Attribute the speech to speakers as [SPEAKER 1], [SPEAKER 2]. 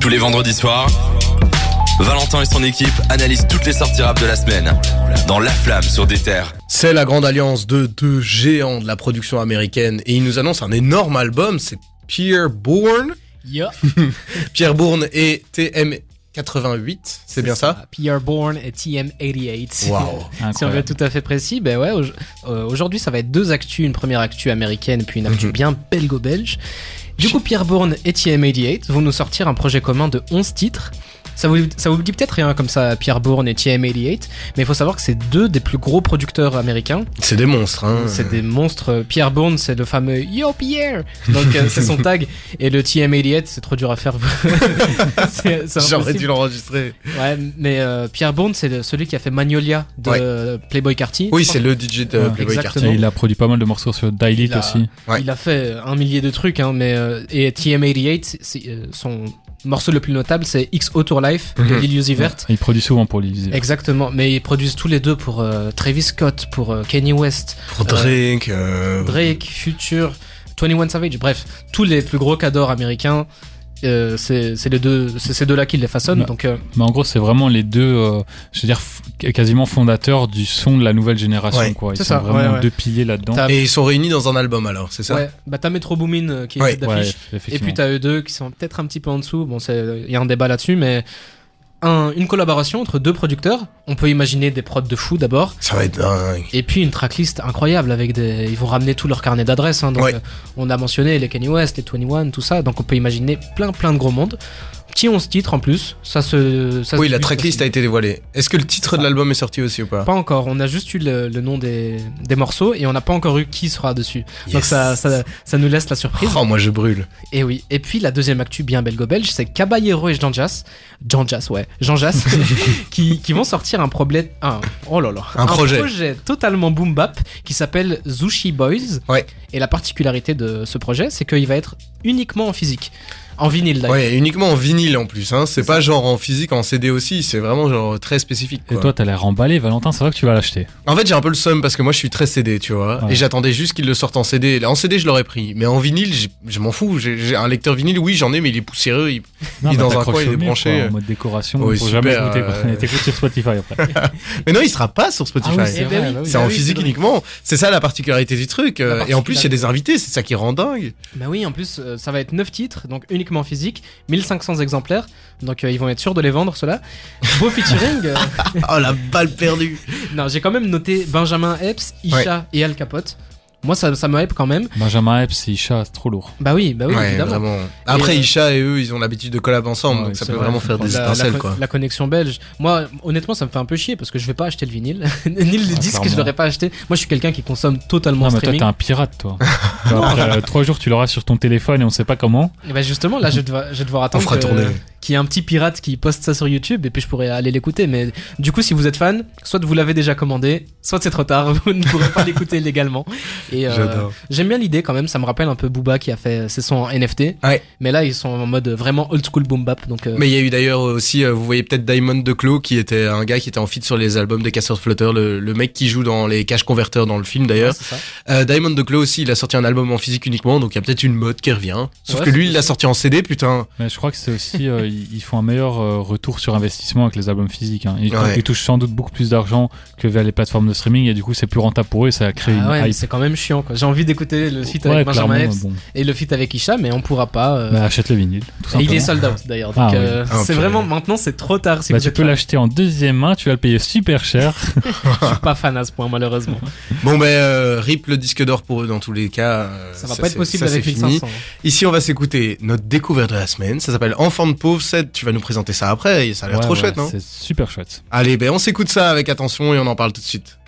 [SPEAKER 1] Tous les vendredis soirs, Valentin et son équipe analysent toutes les sorties rap de la semaine dans La Flamme sur des terres.
[SPEAKER 2] C'est la grande alliance de deux géants de la production américaine et ils nous annoncent un énorme album, c'est Pierre Bourne.
[SPEAKER 3] Yeah,
[SPEAKER 2] Pierre Bourne et TM88, c'est bien ça,
[SPEAKER 3] Pierre Bourne et
[SPEAKER 2] Waouh.
[SPEAKER 3] TM88. Si on veut
[SPEAKER 4] Incroyable.
[SPEAKER 3] être tout à fait précis, ben ouais, au- euh, aujourd'hui ça va être deux actus, une première actu américaine puis une
[SPEAKER 2] Mhm.
[SPEAKER 3] actu bien belgo-belge. Du coup, Pierre Bourne et TM88 vont nous sortir un projet commun de 11 titres. Ça vous, ça vous dit peut-être rien comme ça, Pierre Bourne et TM88, mais il faut savoir que c'est deux des plus gros producteurs américains.
[SPEAKER 2] C'est des monstres, hein.
[SPEAKER 3] C'est des monstres. Pierre Bourne, c'est le fameux Yo Pierre Donc euh, c'est son tag. Et le TM88, c'est trop dur à faire. C'est- c'est
[SPEAKER 2] J'aurais
[SPEAKER 3] impossible.
[SPEAKER 2] dû l'enregistrer.
[SPEAKER 3] Ouais, mais euh, Pierre Bourne, c'est le- celui qui a fait Magnolia de Playboy Carty.
[SPEAKER 2] Oui, c'est le DJ de
[SPEAKER 3] Ouais,
[SPEAKER 2] Playboy
[SPEAKER 3] exactement.
[SPEAKER 2] Carty.
[SPEAKER 4] Et il a produit pas mal de morceaux sur
[SPEAKER 3] Il
[SPEAKER 4] Dilith
[SPEAKER 3] a-
[SPEAKER 4] aussi.
[SPEAKER 2] ouais.
[SPEAKER 3] Il a fait un millier de trucs, hein, mais euh, et TM88, c'est, euh, son morceau le plus notable, c'est XO Tour Life de
[SPEAKER 2] Mhm.
[SPEAKER 3] Lil Uzi Vert.
[SPEAKER 4] Il produit souvent pour les
[SPEAKER 3] Exactement, mais ils produisent tous les deux pour euh, Travis Scott, pour euh, Kanye West,
[SPEAKER 2] Pour Drake, euh,
[SPEAKER 3] Drake, Future, 21 Savage, bref, tous les plus gros cadors américains. euh, c'est c'est les deux, c'est ces deux-là qui les façonnent.
[SPEAKER 4] Ouais.
[SPEAKER 3] Donc euh,
[SPEAKER 4] Mais en gros, c'est vraiment les deux, euh, je veux dire, f- quasiment fondateurs du son de la nouvelle génération.
[SPEAKER 2] Ouais.
[SPEAKER 4] quoi. Ils
[SPEAKER 3] C'est
[SPEAKER 4] sont
[SPEAKER 3] ça,
[SPEAKER 4] vraiment
[SPEAKER 3] ouais, ouais.
[SPEAKER 4] deux piliers là-dedans.
[SPEAKER 3] T'as-
[SPEAKER 2] Et ils sont réunis dans un album alors, c'est ça
[SPEAKER 3] ouais, bah t'as Metro Boomin euh, qui est
[SPEAKER 2] Ouais.
[SPEAKER 3] tête
[SPEAKER 4] Ouais,
[SPEAKER 3] d'affiche. Et
[SPEAKER 4] effectivement.
[SPEAKER 3] puis t'as eux deux qui sont peut-être un petit peu en dessous. Bon, c'est- il y a un débat là-dessus, mais un- une collaboration entre deux producteurs. On peut imaginer des prods de fou d'abord,
[SPEAKER 2] Ça va être dingue.
[SPEAKER 3] et puis une tracklist incroyable avec des. Ils vont ramener tout leur carnet d'adresses. hein. donc
[SPEAKER 2] Ouais.
[SPEAKER 3] euh, on a mentionné les Kanye West, les 21, tout ça. Donc on peut imaginer plein plein de gros mondes. Petit 11 titres en plus. Ça se. ça se
[SPEAKER 2] Oui, la
[SPEAKER 3] débute
[SPEAKER 2] tracklist a
[SPEAKER 3] aussi.
[SPEAKER 2] été dévoilée. Est-ce que le titre de l'album est sorti aussi ou pas
[SPEAKER 3] Pas encore, on a juste eu le, le nom des, des morceaux et on n'a pas encore eu qui sera dessus. Donc
[SPEAKER 2] Yes.
[SPEAKER 3] ça, ça, ça nous laisse la surprise.
[SPEAKER 2] Oh, moi je brûle.
[SPEAKER 3] Et Eh oui, et puis la deuxième actu bien belgo-belge, c'est Caballero et Jean Jas, Jean Jas, ouais, Jean Jas, qui, qui vont sortir un problème, un, oh là là,
[SPEAKER 2] Un projet.
[SPEAKER 3] totalement boom bap qui s'appelle Zushi Boys.
[SPEAKER 2] Ouais.
[SPEAKER 3] Et la particularité de ce projet, c'est qu'il va être uniquement en physique, en vinyle d'ailleurs.
[SPEAKER 2] Ouais, uniquement en vinyle en plus. Hein. C'est pas genre en physique, en CD aussi. C'est vraiment genre très spécifique.
[SPEAKER 4] Et
[SPEAKER 2] quoi.
[SPEAKER 4] toi, t'as l'air emballé, Valentin, c'est vrai que tu vas l'acheter.
[SPEAKER 2] En fait, j'ai un peu le seum parce que moi, je suis très CD, tu vois.
[SPEAKER 4] Ouais.
[SPEAKER 2] Et j'attendais juste qu'ils le sortent en CD. Là, En CD, je l'aurais pris. Mais en vinyle, j'ai- je m'en fous. J'ai j'ai un lecteur vinyle, oui, j'en ai, mais il est poussiéreux. il-
[SPEAKER 4] Non,
[SPEAKER 2] Il est
[SPEAKER 4] bah,
[SPEAKER 2] dans un
[SPEAKER 4] t'accroches
[SPEAKER 2] coin, il
[SPEAKER 4] au
[SPEAKER 2] est
[SPEAKER 4] mur,
[SPEAKER 2] branché.
[SPEAKER 4] quoi, en mode décoration,
[SPEAKER 2] Oui,
[SPEAKER 4] pour
[SPEAKER 2] super,
[SPEAKER 4] jamais écouter. quoi.
[SPEAKER 2] euh,
[SPEAKER 4] T'écoutes sur Spotify après.
[SPEAKER 2] Mais non, il sera pas sur Spotify.
[SPEAKER 4] Ah oui,
[SPEAKER 3] Eh
[SPEAKER 4] c'est
[SPEAKER 3] ben
[SPEAKER 4] vrai,
[SPEAKER 3] oui.
[SPEAKER 4] bah oui.
[SPEAKER 2] c'est en physique uniquement. C'est ça la particularité du truc.
[SPEAKER 3] La
[SPEAKER 2] Euh, Et en plus, il y a des invités. C'est ça qui rend dingue.
[SPEAKER 3] Bah oui, en plus, euh, ça va être 9 titres, donc uniquement en physique, 1500 exemplaires, donc euh, ils vont être sûrs de les vendre, ceux-là. Beau featuring. euh,
[SPEAKER 2] Oh, la balle perdue.
[SPEAKER 4] Ah
[SPEAKER 3] Non, j'ai quand même noté Benjamin Epps, Isha et Al Capote. Moi, ça, ça me hype quand même.
[SPEAKER 4] Benjamin Epps, Isha, c'est trop lourd.
[SPEAKER 3] Bah oui, bah oui,
[SPEAKER 2] ouais,
[SPEAKER 3] évidemment.
[SPEAKER 2] vraiment. Après,
[SPEAKER 3] euh,
[SPEAKER 2] Isha et eux, ils ont l'habitude de collab ensemble.
[SPEAKER 4] Ouais,
[SPEAKER 2] donc, ça
[SPEAKER 4] Ah c'est
[SPEAKER 2] peut
[SPEAKER 4] vrai,
[SPEAKER 2] vraiment
[SPEAKER 4] je
[SPEAKER 2] faire
[SPEAKER 4] comprends.
[SPEAKER 2] des
[SPEAKER 3] La-
[SPEAKER 2] étincelles,
[SPEAKER 3] la,
[SPEAKER 2] quoi.
[SPEAKER 3] la connexion belge. Moi, honnêtement, ça me fait un peu chier parce que je vais pas acheter le vinyle, ni le
[SPEAKER 4] Ah,
[SPEAKER 3] disque, je
[SPEAKER 4] clairement.
[SPEAKER 3] l'aurais pas acheté. Moi, je suis quelqu'un qui consomme totalement
[SPEAKER 4] Non, mais toi,
[SPEAKER 3] streaming.
[SPEAKER 4] t'es un pirate, toi. Tu vois, après, euh, trois jours, tu l'auras sur ton téléphone et on sait pas comment.
[SPEAKER 3] Et bah justement, là, je vais devoir, je vais devoir
[SPEAKER 2] On
[SPEAKER 3] attendre
[SPEAKER 2] fera
[SPEAKER 3] que-
[SPEAKER 2] tourner.
[SPEAKER 3] qu'il y ait un petit pirate qui poste ça sur YouTube et puis je pourrais aller l'écouter. Mais du coup, si vous êtes fan, soit vous l'avez déjà commandé, soit c'est trop tard, vous ne pourrez pas l'écouter légalement. Et euh,
[SPEAKER 2] J'adore.
[SPEAKER 3] J'aime bien l'idée quand même, ça me rappelle un peu Booba qui a fait ses sons en NFT.
[SPEAKER 2] Ouais.
[SPEAKER 3] Mais là, ils sont en mode vraiment old school boom bap. Donc, euh,
[SPEAKER 2] Mais il y a eu d'ailleurs aussi, euh, vous voyez peut-être Diamond DeClos, qui était un gars qui était en feat sur les albums des Casseurs Flotteurs, le, le mec qui joue dans les Cash Converters dans le film
[SPEAKER 3] ouais,
[SPEAKER 2] d'ailleurs.
[SPEAKER 3] c'est ça.
[SPEAKER 2] Euh, Diamond DeClos aussi, il a sorti un album en physique uniquement, donc il y a peut-être une mode qui revient. Sauf
[SPEAKER 3] Ouais,
[SPEAKER 2] que
[SPEAKER 3] c'est
[SPEAKER 2] lui, il l'a sorti en CD, putain.
[SPEAKER 4] Mais je crois que c'est aussi, euh, ils ils font un meilleur euh, retour sur investissement avec les albums physiques. hein. Ils,
[SPEAKER 2] Ouais.
[SPEAKER 4] ils touchent sans doute beaucoup plus d'argent que vers les plateformes de streaming et du coup c'est plus rentable pour eux et ça crée
[SPEAKER 3] Ah
[SPEAKER 4] une
[SPEAKER 3] ouais, mais
[SPEAKER 4] hype.
[SPEAKER 3] c'est quand même chiant. quoi. J'ai envie d'écouter le feat avec
[SPEAKER 4] Ouais,
[SPEAKER 3] Benjamin
[SPEAKER 4] clairement,
[SPEAKER 3] Epps
[SPEAKER 4] bon.
[SPEAKER 3] et le feat avec Isha, mais on pourra pas. euh,
[SPEAKER 4] Bah, achète le vinyle. Tout
[SPEAKER 3] et il
[SPEAKER 4] simplement.
[SPEAKER 3] est sold out d'ailleurs.
[SPEAKER 4] Ah
[SPEAKER 3] Donc
[SPEAKER 4] ouais.
[SPEAKER 3] euh,
[SPEAKER 2] Ah,
[SPEAKER 3] c'est
[SPEAKER 2] purée.
[SPEAKER 3] vraiment maintenant, c'est trop tard si
[SPEAKER 4] Bah,
[SPEAKER 3] vous
[SPEAKER 4] tu
[SPEAKER 3] êtes
[SPEAKER 4] peux l'acheter en deuxième main, tu vas le payer super cher.
[SPEAKER 3] pas fan à ce point malheureusement.
[SPEAKER 2] Bon, ben, euh, rip le disque d'or pour eux dans tous les cas. euh,
[SPEAKER 3] Ça va pas être
[SPEAKER 2] c'est-
[SPEAKER 3] possible
[SPEAKER 2] ça,
[SPEAKER 3] avec
[SPEAKER 2] c'est fini.
[SPEAKER 3] 1500.
[SPEAKER 2] Ici, on va s'écouter notre découverte de la semaine. Ça s'appelle Enfant de pauvre 7. Tu vas nous présenter ça après. et Ça a l'air
[SPEAKER 4] Ouais,
[SPEAKER 2] trop
[SPEAKER 4] ouais,
[SPEAKER 2] chouette, non?
[SPEAKER 4] C'est super chouette.
[SPEAKER 2] Allez, ben, on s'écoute ça avec attention et on en parle tout de suite.